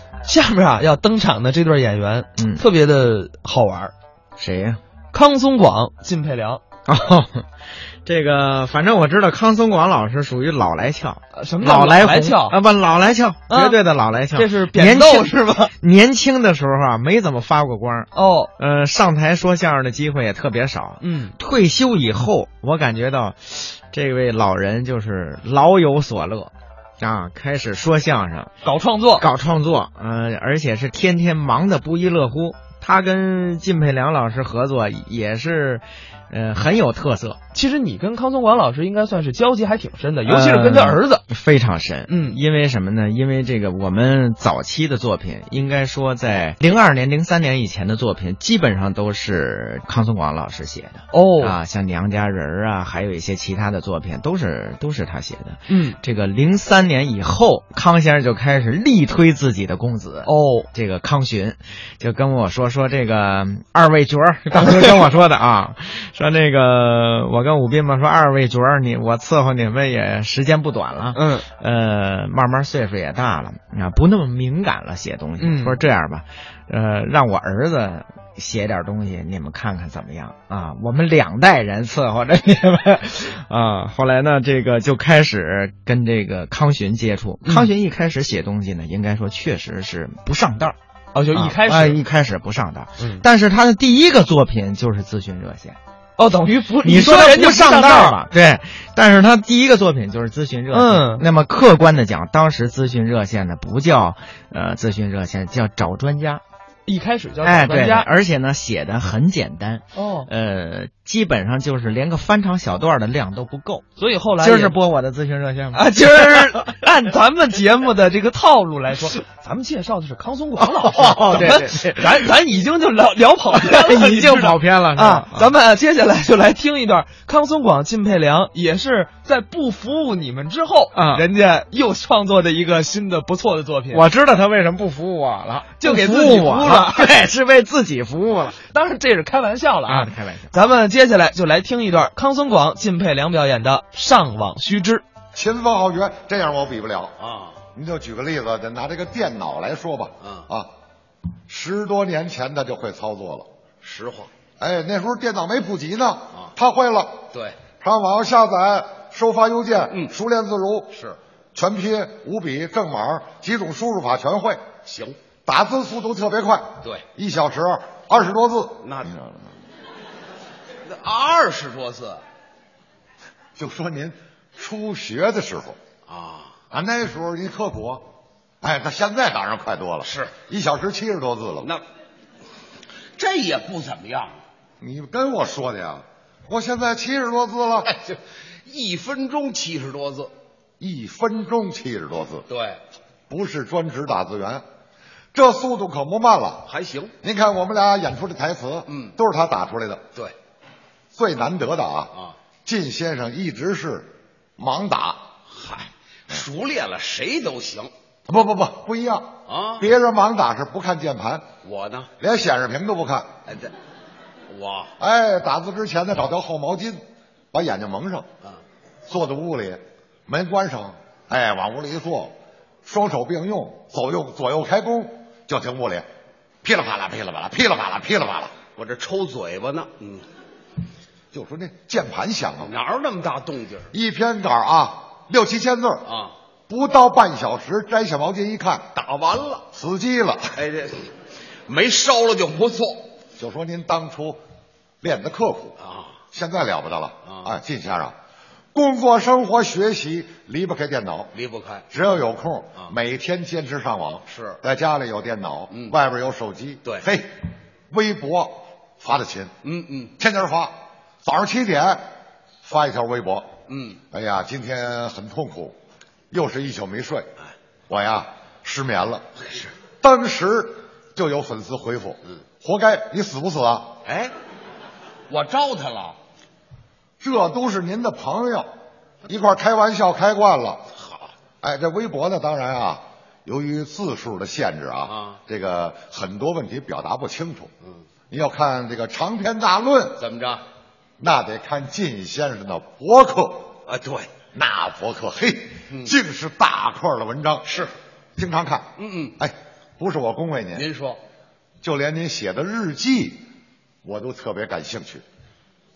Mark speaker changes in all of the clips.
Speaker 1: 下面啊要登场的这对演员，
Speaker 2: 嗯
Speaker 1: 特别的好玩儿。
Speaker 2: 谁呀、
Speaker 1: 康松广、靳佩良，
Speaker 2: 哦，这个反正我知道康松广老师属于老来俏，
Speaker 1: 呃什么叫
Speaker 2: 老
Speaker 1: 来
Speaker 2: 红
Speaker 1: 俏？
Speaker 2: 啊，不老来俏，
Speaker 1: 啊
Speaker 2: 绝对的老来俏。
Speaker 1: 这是扁
Speaker 2: 年
Speaker 1: 豆
Speaker 2: 轻
Speaker 1: 是 吧？
Speaker 2: 年轻的时候啊，没怎么发过光，
Speaker 1: 哦，
Speaker 2: 呃，上台说相声的机会也特别少。
Speaker 1: 嗯，
Speaker 2: 退休以后，我感觉到这位老人就是老有所乐，啊，开始说相声，
Speaker 1: 搞创作，
Speaker 2: 搞创作，嗯、而且是天天忙得不亦乐乎。他跟靳佩良老师合作也是，呃，很有特色，
Speaker 1: 其实你跟康松广老师应该算是交集还挺深
Speaker 2: 嗯
Speaker 1: 的，尤其是跟他儿子。
Speaker 2: 呃非常深。
Speaker 1: 嗯
Speaker 2: 因为什么呢？因为这个我们早期的作品，应该说在零二年、零三年以前的作品，基本上都是康松广老师写的、
Speaker 1: 哦，
Speaker 2: 啊，像《娘家人》啊，还有一些其他的作品，都是都是他写的。
Speaker 1: 嗯，
Speaker 2: 这个零三年以后，康先生就开始力推自己的公子。
Speaker 1: 哦，
Speaker 2: 这个康巡就跟我说说这个二位 角儿，当时跟我说的啊，说那个我跟武斌嘛说二位角儿，你我伺候你们也时间不短了，
Speaker 1: 嗯，
Speaker 2: 呃，慢慢岁数也大了啊，不那么敏感了写东西。
Speaker 1: 嗯
Speaker 2: 说这样吧，呃，让我儿子写点东西，你们看看怎么样啊？我们两代人伺候着你们啊。后来呢，这个就开始跟这个康巡接触。
Speaker 1: 嗯
Speaker 2: 康巡一开始写东西呢，应该说确实是不上道儿，
Speaker 1: 哦，就一开
Speaker 2: 啊哎
Speaker 1: 始，
Speaker 2: 一开始不上道儿。
Speaker 1: 嗯，
Speaker 2: 但是他的第一个作品就是咨询热线，
Speaker 1: 哦，等于不，
Speaker 2: 你
Speaker 1: 说
Speaker 2: 他
Speaker 1: 人家
Speaker 2: 不上
Speaker 1: 道
Speaker 2: 道了，对。但是他第一个作品就是咨询热线。
Speaker 1: 嗯
Speaker 2: 那么客观的讲，当时咨询热线呢不叫呃咨询热线，叫找专家。
Speaker 1: 一开始叫
Speaker 2: 哎，
Speaker 1: 专
Speaker 2: 对，
Speaker 1: 家。
Speaker 2: 而且呢写的很简单，
Speaker 1: 哦，
Speaker 2: 呃，基本上就是连个翻唱小段的量都不够。
Speaker 1: 所以后来
Speaker 2: 今儿
Speaker 1: 也
Speaker 2: 是播我的咨询热线吗？
Speaker 1: 啊，今儿按咱们节目的这个套路来说，咱们介绍的是康松广老师，
Speaker 2: 哦对对
Speaker 1: 咱们咱咱已经就聊聊跑偏 了，
Speaker 2: 已经跑偏了
Speaker 1: 你
Speaker 2: 是
Speaker 1: 知道啊！？
Speaker 2: 吧
Speaker 1: 咱们啊接下来就来听一段康松广、靳佩良也是在不服务你们之后，
Speaker 2: 啊
Speaker 1: 人家又创作的一个新的不错的作品。
Speaker 2: 我知道他为什么不服务我了，
Speaker 1: 就给
Speaker 2: 不
Speaker 1: 自己
Speaker 2: 服务我
Speaker 1: 服务了
Speaker 2: 对，是为自己服务了
Speaker 1: 当然这是开玩笑了
Speaker 2: 啊！
Speaker 1: 啊！
Speaker 2: 开玩笑，
Speaker 1: 咱们接下来就来听一段康松广、靳佩良表演的《上网须知》。
Speaker 3: 前方好学，这样我比不了。
Speaker 4: 啊，
Speaker 3: 您就举个例子，就拿这个电脑来说吧。
Speaker 4: 嗯
Speaker 3: 啊，十多年前他就会操作了。
Speaker 4: 实话，
Speaker 3: 哎，那时候电脑没普及呢，
Speaker 4: 啊
Speaker 3: 他会了，
Speaker 4: 对，
Speaker 3: 上网下载、收发邮件，
Speaker 4: 嗯
Speaker 3: 熟练自如，
Speaker 4: 是
Speaker 3: 全拼、五笔、正码几种输入法全会，
Speaker 4: 行，
Speaker 3: 打字速度特别快，
Speaker 4: 对
Speaker 3: 一小时二十多字，
Speaker 4: 那
Speaker 3: 你知道吗
Speaker 4: 二十多次
Speaker 3: 就说您初学的时候
Speaker 4: 啊，
Speaker 3: 啊，那时候您刻苦啊，哎，那现在当然快多了，
Speaker 4: 是
Speaker 3: 一小时七十多字了。
Speaker 4: 那这也不怎么样。啊
Speaker 3: 你跟我说的呀？我现在七十多字了，
Speaker 4: 哎，就 一分钟七十多字，
Speaker 3: 一分钟七十多字，
Speaker 4: 对，
Speaker 3: 不是专职打字员，这速度可不慢了。
Speaker 4: 还行，
Speaker 3: 您看我们俩演出的台词，
Speaker 4: 嗯
Speaker 3: 都是他打出来的，
Speaker 4: 对
Speaker 3: 最难得的啊。
Speaker 4: 啊，
Speaker 3: 靳先生一直是盲打，
Speaker 4: 嗨，熟练了谁都行
Speaker 3: 不不不，不一样。
Speaker 4: 啊。
Speaker 3: 别人盲打是不看键盘，
Speaker 4: 我呢，
Speaker 3: 连显示屏都不看。
Speaker 4: 哎，这我
Speaker 3: 哎，打字之前呢，找条厚毛巾，把眼睛蒙上，
Speaker 4: 啊，
Speaker 3: 坐在屋里，门关上，哎，往屋里一坐，双手并用，左右左右开弓，就听屋里噼里啪啦、噼里啪啦、噼里啪啦、噼里啪啦，
Speaker 4: 我这抽嘴巴呢，嗯，
Speaker 3: 就说那键盘响啊，
Speaker 4: 哪有那么大动静儿
Speaker 3: 一篇稿啊，六七千字，
Speaker 4: 啊？
Speaker 3: 不到半小时，摘下毛巾一看，
Speaker 4: 打完了，
Speaker 3: 死机了。
Speaker 4: 哎，这没烧了就不错
Speaker 3: 就说您当初练的刻苦，
Speaker 4: 啊。
Speaker 3: 现在了不得了
Speaker 4: 啊
Speaker 3: 哎，靳先生，工作、生活、学习离不开电脑。
Speaker 4: 离不开，
Speaker 3: 只要有空
Speaker 4: 啊，
Speaker 3: 每天坚持上网。
Speaker 4: 是
Speaker 3: 在家里有电脑，
Speaker 4: 嗯
Speaker 3: 外边有手机。
Speaker 4: 对
Speaker 3: 嘿，微博发的勤，
Speaker 4: 嗯嗯
Speaker 3: 天天发。早上七点发一条微博，
Speaker 4: 嗯，
Speaker 3: 哎呀，今天很痛苦，又是一宿没睡
Speaker 4: 哎，
Speaker 3: 我呀失眠了。
Speaker 4: 是，
Speaker 3: 当时就有粉丝回复，
Speaker 4: 嗯，
Speaker 3: 活该，你死不死啊？
Speaker 4: 哎，我招他了，
Speaker 3: 这都是您的朋友，一块儿开玩笑开惯了。
Speaker 4: 好，
Speaker 3: 哎，这微博呢，当然啊，由于字数的限制啊，
Speaker 4: 啊
Speaker 3: 这个很多问题表达不清楚。
Speaker 4: 嗯，
Speaker 3: 你要看这个长篇大论，
Speaker 4: 怎么着？
Speaker 3: 那得看靳先生的博客，
Speaker 4: 啊，对，
Speaker 3: 那博客嘿，
Speaker 4: 嗯
Speaker 3: 尽是大块儿的文章，是经常看。
Speaker 4: 嗯嗯
Speaker 3: 哎，不是我恭维您，
Speaker 4: 您说，
Speaker 3: 就连您写的日记，我都特别感兴趣。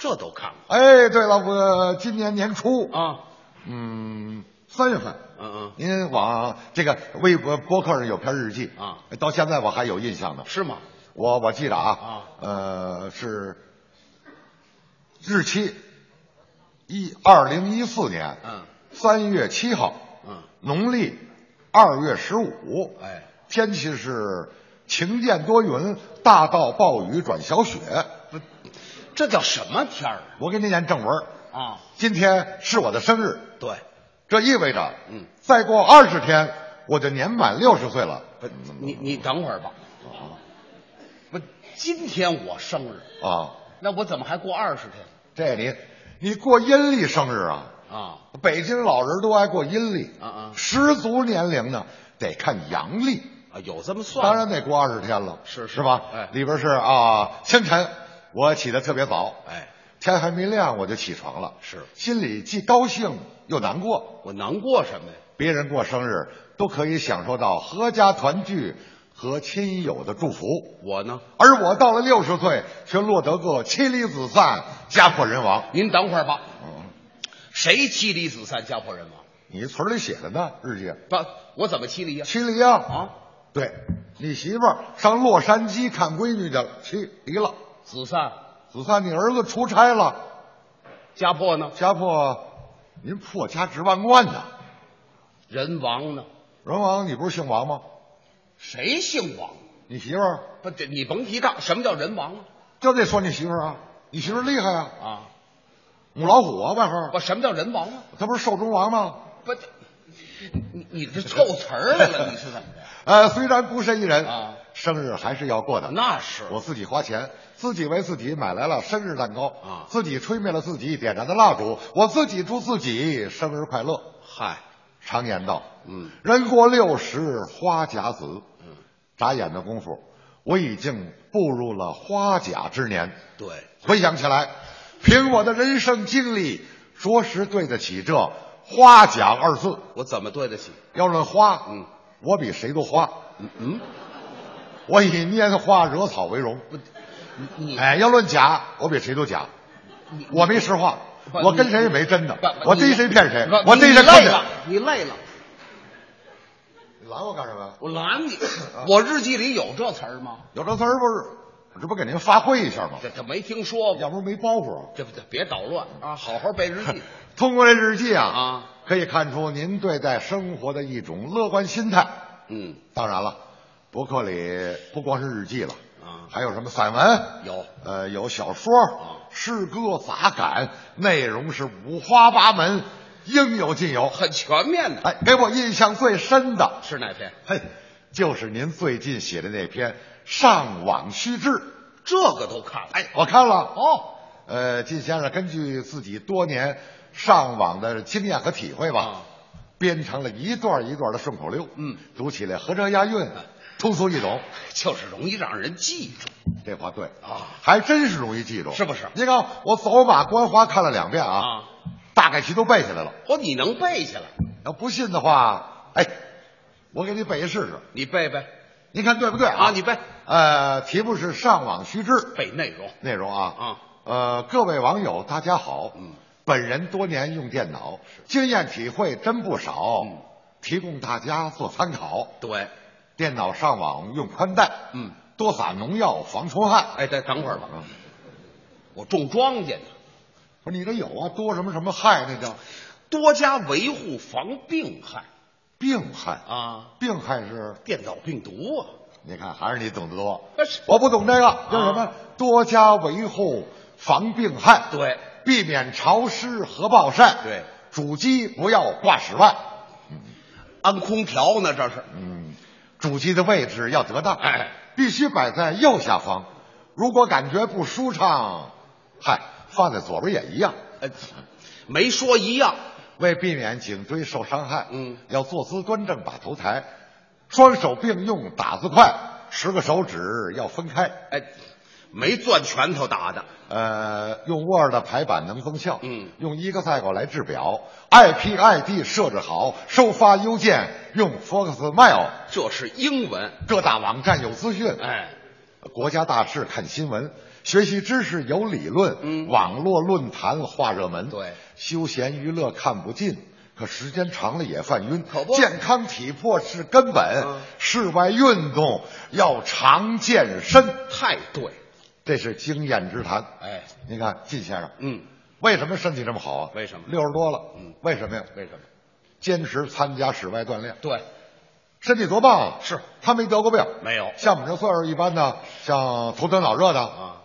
Speaker 4: 这都看过
Speaker 3: 哎，对了，我今年年初，
Speaker 4: 啊？
Speaker 3: 嗯，三月份，
Speaker 4: 嗯嗯，
Speaker 3: 您往这个微博博客上有篇日记
Speaker 4: 啊，
Speaker 3: 到现在我还有印象呢。
Speaker 4: 是吗？
Speaker 3: 我我记着啊，
Speaker 4: 啊
Speaker 3: 呃，是日期一二零一四年，
Speaker 4: 嗯
Speaker 3: 三月七号，
Speaker 4: 嗯，
Speaker 3: 农历二月十五，
Speaker 4: 哎，
Speaker 3: 天气是晴间多云，大到暴雨转小雪。
Speaker 4: 这叫什么天儿
Speaker 3: 我给你念正文儿，
Speaker 4: 啊？啊，
Speaker 3: 今天是我的生日，
Speaker 4: 对，
Speaker 3: 这意味着，
Speaker 4: 嗯，
Speaker 3: 再过二十天我就年满六十岁了。
Speaker 4: 不，你你等会儿吧。不，今天我生日，
Speaker 3: 啊，
Speaker 4: 那我怎么还过二十天
Speaker 3: 这你你过阴历生日啊？
Speaker 4: 啊？
Speaker 3: 北京老人都爱过阴历，
Speaker 4: 啊啊
Speaker 3: 十足年龄呢得看阳历，
Speaker 4: 啊，有这么算的？
Speaker 3: 当然得过二十天了，
Speaker 4: 是
Speaker 3: 是
Speaker 4: 是
Speaker 3: 吧？
Speaker 4: 哎
Speaker 3: 里边是啊，清晨我起得特别早，
Speaker 4: 哎，
Speaker 3: 天还没亮我就起床了，
Speaker 4: 是
Speaker 3: 心里既高兴又难过。
Speaker 4: 我难过什么呀？
Speaker 3: 别人过生日都可以享受到阖家团聚和亲友的祝福，
Speaker 4: 我呢？
Speaker 3: 而我到了六十岁却落得个妻离子散、家破人亡。嗯
Speaker 4: 您等会儿吧。谁妻离子散、家破人亡？
Speaker 3: 你村里写的呢，日记。
Speaker 4: 不，我怎么妻离呀？
Speaker 3: 妻离啊
Speaker 4: 啊！
Speaker 3: 对，你媳妇儿上洛杉矶看闺女去了，妻离了。
Speaker 4: 子散、
Speaker 3: 子灿，你儿子出差了，
Speaker 4: 家破呢？
Speaker 3: 家破，您破家值万贯呐。
Speaker 4: 人亡呢？
Speaker 3: 荣王，你不是姓王吗？
Speaker 4: 谁姓王？
Speaker 3: 你媳妇儿
Speaker 4: 不，这你甭提杠。什么叫人亡啊？
Speaker 3: 就得说你媳妇儿啊，你媳妇儿厉害啊，
Speaker 4: 啊，
Speaker 3: 母老虎啊，外号
Speaker 4: 不，。什么叫人亡啊？
Speaker 3: 她不是寿终王吗？
Speaker 4: 不，这你你这凑词儿来了，你是怎么的？
Speaker 3: 呃，虽然孤身一人
Speaker 4: 啊，
Speaker 3: 生日还是要过的。
Speaker 4: 那是
Speaker 3: 我自己花钱，自己为自己买来了生日蛋糕
Speaker 4: 啊
Speaker 3: 自己吹灭了自己点燃的蜡烛，我自己祝自己生日快乐。
Speaker 4: 嗨，
Speaker 3: 常言道，
Speaker 4: 嗯，
Speaker 3: 人过六十花甲子，嗯，眨眼的功夫，我已经步入了花甲之年。
Speaker 4: 对，
Speaker 3: 回想起来，凭我的人生经历，着实对得起这“花甲”二字。
Speaker 4: 我怎么对得起？
Speaker 3: 要论花，
Speaker 4: 嗯，
Speaker 3: 我比谁都花，
Speaker 4: 嗯嗯，
Speaker 3: 我以拈花惹草为荣。
Speaker 4: 你
Speaker 3: 哎，要论假，我比谁都假，
Speaker 4: 嗯你
Speaker 3: 我没实话，
Speaker 4: 不
Speaker 3: 我跟
Speaker 4: 你
Speaker 3: 谁也没真的
Speaker 4: 不，不
Speaker 3: 我
Speaker 4: 你
Speaker 3: 逮谁骗谁
Speaker 4: 不，
Speaker 3: 我
Speaker 4: 你
Speaker 3: 逮谁
Speaker 4: 你累
Speaker 3: 坑谁。
Speaker 4: 了，你累了，
Speaker 3: 你拦我干什么呀？
Speaker 4: 我拦你。
Speaker 3: 啊
Speaker 4: 我日记里有这词儿吗？
Speaker 3: 有这词儿不是，我这不给您发挥一下吗？
Speaker 4: 这这没听说
Speaker 3: 要
Speaker 4: 过。
Speaker 3: 不没包袱啊。
Speaker 4: 这不这别捣乱啊！好好背日记
Speaker 3: 通过这日记啊，
Speaker 4: 啊，
Speaker 3: 可以看出您对待生活的一种乐观心态。
Speaker 4: 嗯，
Speaker 3: 当然了，博客里不光是日记了，
Speaker 4: 啊
Speaker 3: 还有什么散文，
Speaker 4: 有
Speaker 3: 呃，有小说，
Speaker 4: 啊
Speaker 3: 诗歌、杂感，内容是五花八门，应有尽有。
Speaker 4: 很全面的。
Speaker 3: 哎，给我印象最深的，
Speaker 4: 是哪篇？
Speaker 3: 嘿，就是您最近写的那篇《上网须知》，
Speaker 4: 这个都看了。哎，
Speaker 3: 我看了。
Speaker 4: 哦，
Speaker 3: 呃，靳先生根据自己多年上网的经验和体会吧，
Speaker 4: 啊
Speaker 3: 编成了一段一段的顺口溜，
Speaker 4: 嗯，啊
Speaker 3: 读起来合辙押韵，通俗易懂。
Speaker 4: 就是容易让人记住。
Speaker 3: 这话对
Speaker 4: 啊
Speaker 3: 还真是容易记住，
Speaker 4: 是不是
Speaker 3: 你看我走马观花看了两遍啊，
Speaker 4: 啊
Speaker 3: 大概其都背下来了。
Speaker 4: 哦，你能背下来？
Speaker 3: 要不信的话，哎，我给你背一试试，
Speaker 4: 你背背
Speaker 3: 您看对不对啊？
Speaker 4: 啊！你背
Speaker 3: 呃，题目是上网须知，
Speaker 4: 背内容
Speaker 3: 内容啊
Speaker 4: 啊，
Speaker 3: 呃，各位网友大家好，
Speaker 4: 嗯，
Speaker 3: 本人多年用电脑，经验体会真不少，
Speaker 4: 嗯
Speaker 3: 提供大家做参考。
Speaker 4: 对。
Speaker 3: 电脑上网用宽带，
Speaker 4: 嗯，
Speaker 3: 多撒农药防虫害。
Speaker 4: 哎，再等会儿吧，
Speaker 3: 啊，
Speaker 4: 我种庄稼呢，
Speaker 3: 不是你这有啊，多什么什么害那叫
Speaker 4: 多加维护防病害
Speaker 3: 病害，
Speaker 4: 啊，
Speaker 3: 病害是，
Speaker 4: 电脑病毒啊。
Speaker 3: 你看还是你懂得多，
Speaker 4: 那是
Speaker 3: 我不懂这个，叫什么
Speaker 4: 啊
Speaker 3: 多加维护防病害，
Speaker 4: 对，
Speaker 3: 避免潮湿和暴晒，
Speaker 4: 对，
Speaker 3: 主机不要挂室外。
Speaker 4: 安空调呢，这是
Speaker 3: 嗯，主机的位置要得当，
Speaker 4: 哎，
Speaker 3: 必须摆在右下方。如果感觉不舒畅，嗨，放在左边也一样。
Speaker 4: 呃，没说一样。
Speaker 3: 为避免颈椎受伤害，
Speaker 4: 嗯
Speaker 3: 要坐姿端正，把头抬，双手并用，打字快，十个手指要分开。
Speaker 4: 哎，没攥拳头打的，
Speaker 3: 呃，用 Word 排版能增效，
Speaker 4: 嗯
Speaker 3: 用 Excel 来制表，IPID 设置好，收发邮件用 Foxmail，
Speaker 4: 这是英文。
Speaker 3: 各大网站有资讯，
Speaker 4: 哎，
Speaker 3: 国家大事看新闻，学习知识有理论，
Speaker 4: 嗯
Speaker 3: 网络论坛话热门，
Speaker 4: 对，
Speaker 3: 休闲娱乐看不尽。可时间长了也犯晕，
Speaker 4: 可不
Speaker 3: 健康体魄是根本，
Speaker 4: 嗯
Speaker 3: 室外运动要常健身，
Speaker 4: 太对。
Speaker 3: 这是经验之谈。
Speaker 4: 哎，
Speaker 3: 您看靳先生，
Speaker 4: 嗯，
Speaker 3: 为什么身体这么好啊？
Speaker 4: 为什么
Speaker 3: 六十多了，
Speaker 4: 嗯
Speaker 3: 为什么呀？
Speaker 4: 为什么？
Speaker 3: 坚持参加室外锻炼，
Speaker 4: 对，
Speaker 3: 身体多棒啊！
Speaker 4: 是
Speaker 3: 他没得过病，
Speaker 4: 没有
Speaker 3: 像我们这岁数一般的，像头疼脑热的，
Speaker 4: 啊，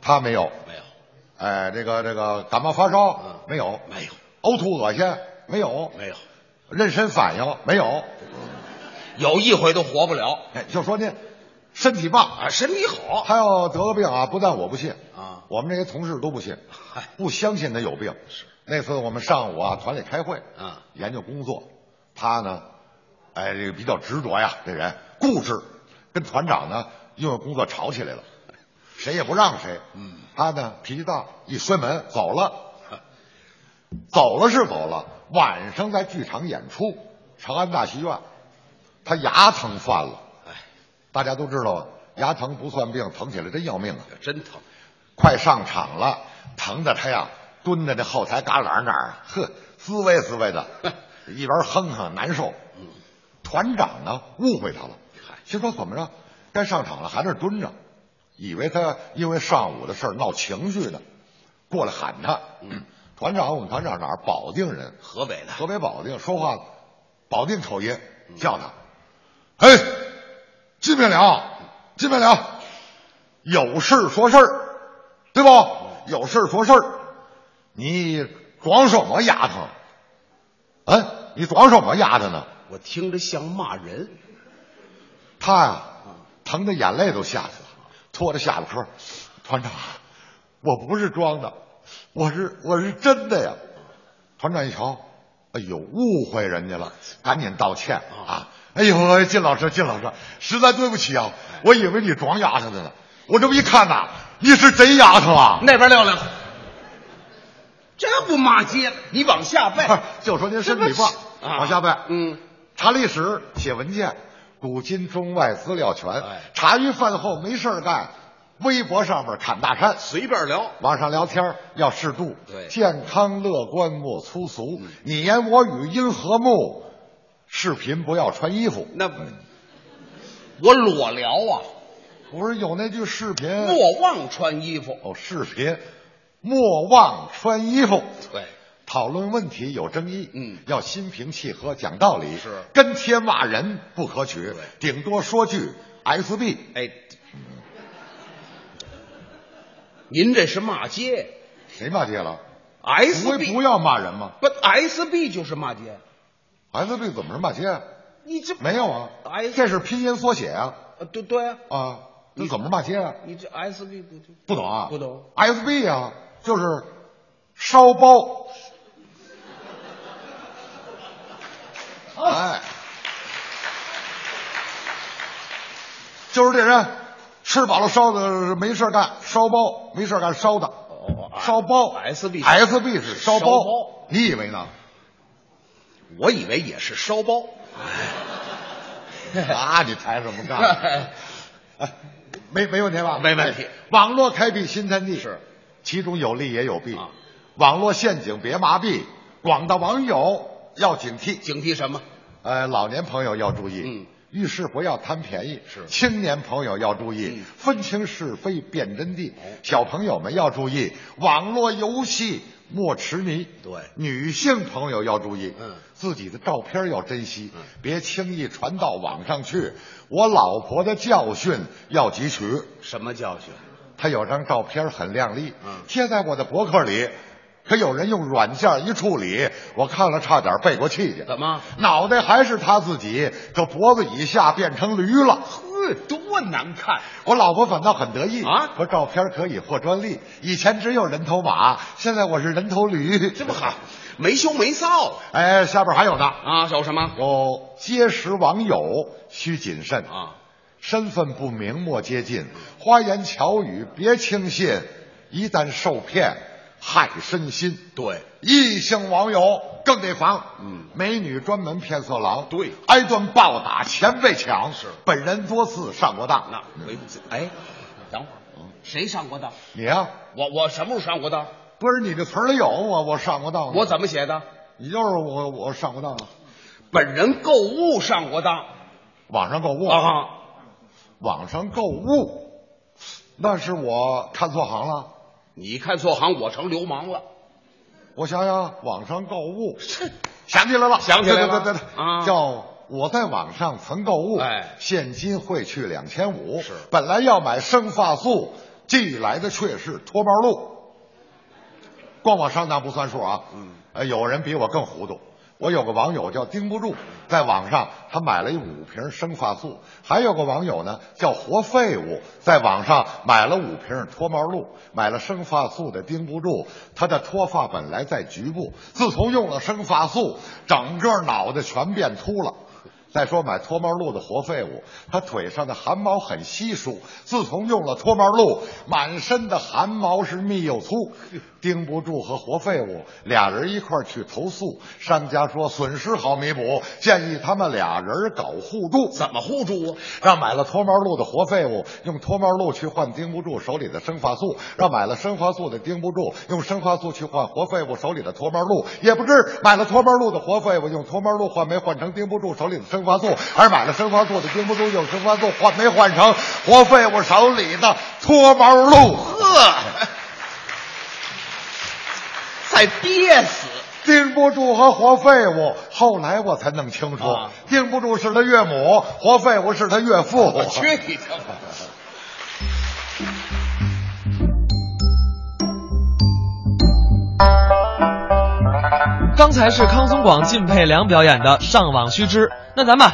Speaker 3: 他没有。
Speaker 4: 没有，
Speaker 3: 哎，这个这个感冒发烧、
Speaker 4: 嗯
Speaker 3: 没有，
Speaker 4: 没有，
Speaker 3: 呕吐恶心没有，
Speaker 4: 没有，
Speaker 3: 妊娠反应没有。
Speaker 4: 有一回都活不了
Speaker 3: 哎，就说您身体棒，
Speaker 4: 啊！身体好，
Speaker 3: 他要得个病啊，不但我不信
Speaker 4: 啊
Speaker 3: 我们这些同事都不信
Speaker 4: 嗨，
Speaker 3: 不相信他有病。是那次我们上午啊团里开会，
Speaker 4: 嗯
Speaker 3: 研究工作，他呢，哎，这个比较执着呀，这人固执，跟团长呢因为工作吵起来了，谁也不让谁。
Speaker 4: 嗯，
Speaker 3: 他呢脾气大，一摔门走了。走了是走了，晚上在剧场演出，长安大戏院，他牙疼犯了。
Speaker 4: 哎，
Speaker 3: 大家都知道，啊牙疼不算病，疼起来真要命啊！
Speaker 4: 这真疼。
Speaker 3: 快上场了，疼的他呀，蹲在这后台旮旯那儿，呵，滋味滋味的，一边哼哼难受。团长呢，误会他了
Speaker 4: 嗨，
Speaker 3: 心说怎么着，该上场了还那蹲着，以为他因为上午的事儿闹情绪呢，过来喊他。团长，我们团长哪儿？保定人，
Speaker 4: 河北的，
Speaker 3: 河北保定，说话保定口音，叫他，嘿，进不了，进不了，有事说事儿，对不？有事说事儿，你装什么丫头？嗯，你装什么丫头呢？
Speaker 4: 我听着像骂人。
Speaker 3: 他呀、疼的眼泪都下去了，拖着下巴说：“团长，啊我不是装的，我是我是真的呀。”团长一瞧，哎呦，误会人家了，赶紧道歉啊！哎呦，靳老师，靳老师，实在对不起啊，我以为你装丫头的呢，我这么一看呐、你是真丫头啊！
Speaker 4: 那边溜溜，这不骂街了？你往下背，
Speaker 3: 就说您身体
Speaker 4: 这
Speaker 3: 棒，
Speaker 4: 不啊
Speaker 3: 往下拜。
Speaker 4: 嗯，
Speaker 3: 查历史、写文件，古今中外资料全。
Speaker 4: 哎
Speaker 3: 茶余饭后没事儿干，微博上面侃大山。
Speaker 4: 随便聊。
Speaker 3: 网上聊天儿要适度，
Speaker 4: 对嗯
Speaker 3: 健康乐观莫粗俗，你言我语因和睦，视频不要穿衣服。
Speaker 4: 那不，我裸聊啊，
Speaker 3: 不是有那句视频
Speaker 4: 莫忘穿衣服。
Speaker 3: 哦，视频莫忘穿衣服。
Speaker 4: 对，
Speaker 3: 讨论问题有争议，
Speaker 4: 嗯
Speaker 3: 要心平气和，讲道理，
Speaker 4: 是
Speaker 3: 跟贴骂人不可取
Speaker 4: 对，
Speaker 3: 顶多说句 “SB”。
Speaker 4: 哎，您这是骂街
Speaker 3: 谁骂街了？不会
Speaker 4: ，SB
Speaker 3: 不要骂人吗
Speaker 4: 不 SB 就是骂街，
Speaker 3: ？SB 怎么是骂街？啊？
Speaker 4: 你这
Speaker 3: 没有啊，
Speaker 4: 哎
Speaker 3: 这是拼音缩写啊
Speaker 4: 呃对对啊，
Speaker 3: 啊，那
Speaker 4: 你
Speaker 3: 怎么是骂街啊？
Speaker 4: 你这 SB 不就
Speaker 3: 不懂啊？
Speaker 4: 不懂。
Speaker 3: SB 啊，就是烧包。
Speaker 4: 啊
Speaker 3: 哎，就是这人吃饱了烧的，没事儿干烧包，没事儿干烧的，
Speaker 4: 哦哦
Speaker 3: 烧包。
Speaker 4: SB
Speaker 3: SB 是烧
Speaker 4: 烧包
Speaker 3: 你以为呢？
Speaker 4: 我以为也是烧 包，
Speaker 3: 啊，你抬什么杠？哎 没没问题吧？
Speaker 4: 没问题
Speaker 3: 哎。网络开辟新天地
Speaker 4: 是，
Speaker 3: 其中有利也有弊
Speaker 4: 啊。
Speaker 3: 网络陷阱别麻痹，广大网友要警惕。
Speaker 4: 警惕什么？
Speaker 3: 呃，老年朋友要注意，
Speaker 4: 嗯，
Speaker 3: 遇事不要贪便宜，
Speaker 4: 是
Speaker 3: 青年朋友要注意，
Speaker 4: 嗯
Speaker 3: 分清是非辨真谛
Speaker 4: 哦，
Speaker 3: 小朋友们要注意，网络游戏莫痴迷，
Speaker 4: 对
Speaker 3: 女性朋友要注意，
Speaker 4: 嗯
Speaker 3: 自己的照片要珍惜，
Speaker 4: 嗯
Speaker 3: 别轻易传到网上去。我老婆的教训要汲取，
Speaker 4: 什么教训？
Speaker 3: 她有张照片很靓丽，
Speaker 4: 嗯
Speaker 3: 贴在我的博客里。可有人用软件一处理，我看了差点背过气去。
Speaker 4: 怎么？
Speaker 3: 脑袋还是他自己，这脖子以下变成驴了。
Speaker 4: 呵，哎多难看！
Speaker 3: 我老婆反倒很得意
Speaker 4: 啊
Speaker 3: 说照片可以获专利，以前只有人头马，现在我是人头驴，
Speaker 4: 这不好，没羞没臊
Speaker 3: 哎，下边还有呢，
Speaker 4: 啊！有什么
Speaker 3: 有结识网友需谨慎，
Speaker 4: 啊？
Speaker 3: 身份不明莫接近，花言巧语别轻信，一旦受骗害身心。
Speaker 4: 对，
Speaker 3: 异性网友更得防。
Speaker 4: 嗯
Speaker 3: 美女专门骗色狼，
Speaker 4: 对
Speaker 3: 挨顿暴打，钱被抢。
Speaker 4: 是
Speaker 3: 本人多次上过当。嗯
Speaker 4: 那没哎，等会儿，嗯谁上过当？
Speaker 3: 你呀、
Speaker 4: 我我什么时候上过当？
Speaker 3: 不是你这词儿里有我，我上过当啊。
Speaker 4: 我怎么写的？
Speaker 3: 你就是我，我上过当啊。
Speaker 4: 本人购物上过当
Speaker 3: 网上购物，
Speaker 4: 啊？
Speaker 3: 网上购物，那是我看错行了。
Speaker 4: 你看错行，我成流氓了。
Speaker 3: 我想想，网上购物，想起来了，
Speaker 4: 想起来了
Speaker 3: 对对对对，
Speaker 4: 啊
Speaker 3: 叫我在网上曾购物，
Speaker 4: 哎
Speaker 3: 现金汇去两千五，
Speaker 4: 是
Speaker 3: 本来要买生发素，寄来的却是脱毛露。光我上当不算数啊，
Speaker 4: 嗯，
Speaker 3: 呃，有人比我更糊涂。我有个网友叫盯不住，在网上他买了一五瓶生发素，还有个网友呢叫活废物，在网上买了五瓶脱毛露，买了生发素的盯不住，他的脱发本来在局部，自从用了生发素，整个脑袋全变秃了。再说买脱毛露的活废物，他腿上的汗毛很稀疏，自从用了脱毛露，满身的汗毛是密 又粗。盯不住和活废物俩人一块儿去投诉，商家说损失好弥补，建议他们俩人搞互助。
Speaker 4: 怎么互助啊？
Speaker 3: 让买了脱毛露的活废物用脱毛露去换盯不住手里的生发素，让买了生发素的盯不住用生发素去换活废物手里的脱毛露，也不知买了脱毛露的活废物用脱毛露换没换成盯不住手里的生发素，而买了生发素的盯不住用生发素换没换成活废物手里的脱毛露。
Speaker 4: 呵，再憋死！
Speaker 3: 盯不住和活废物，后来我才弄清楚
Speaker 4: 啊，
Speaker 3: 盯、不住是他岳母，活废物是他岳父。
Speaker 4: 我去你的吧！
Speaker 1: 刚才是康松广、靳佩良表演的《上网须知》，那咱们啊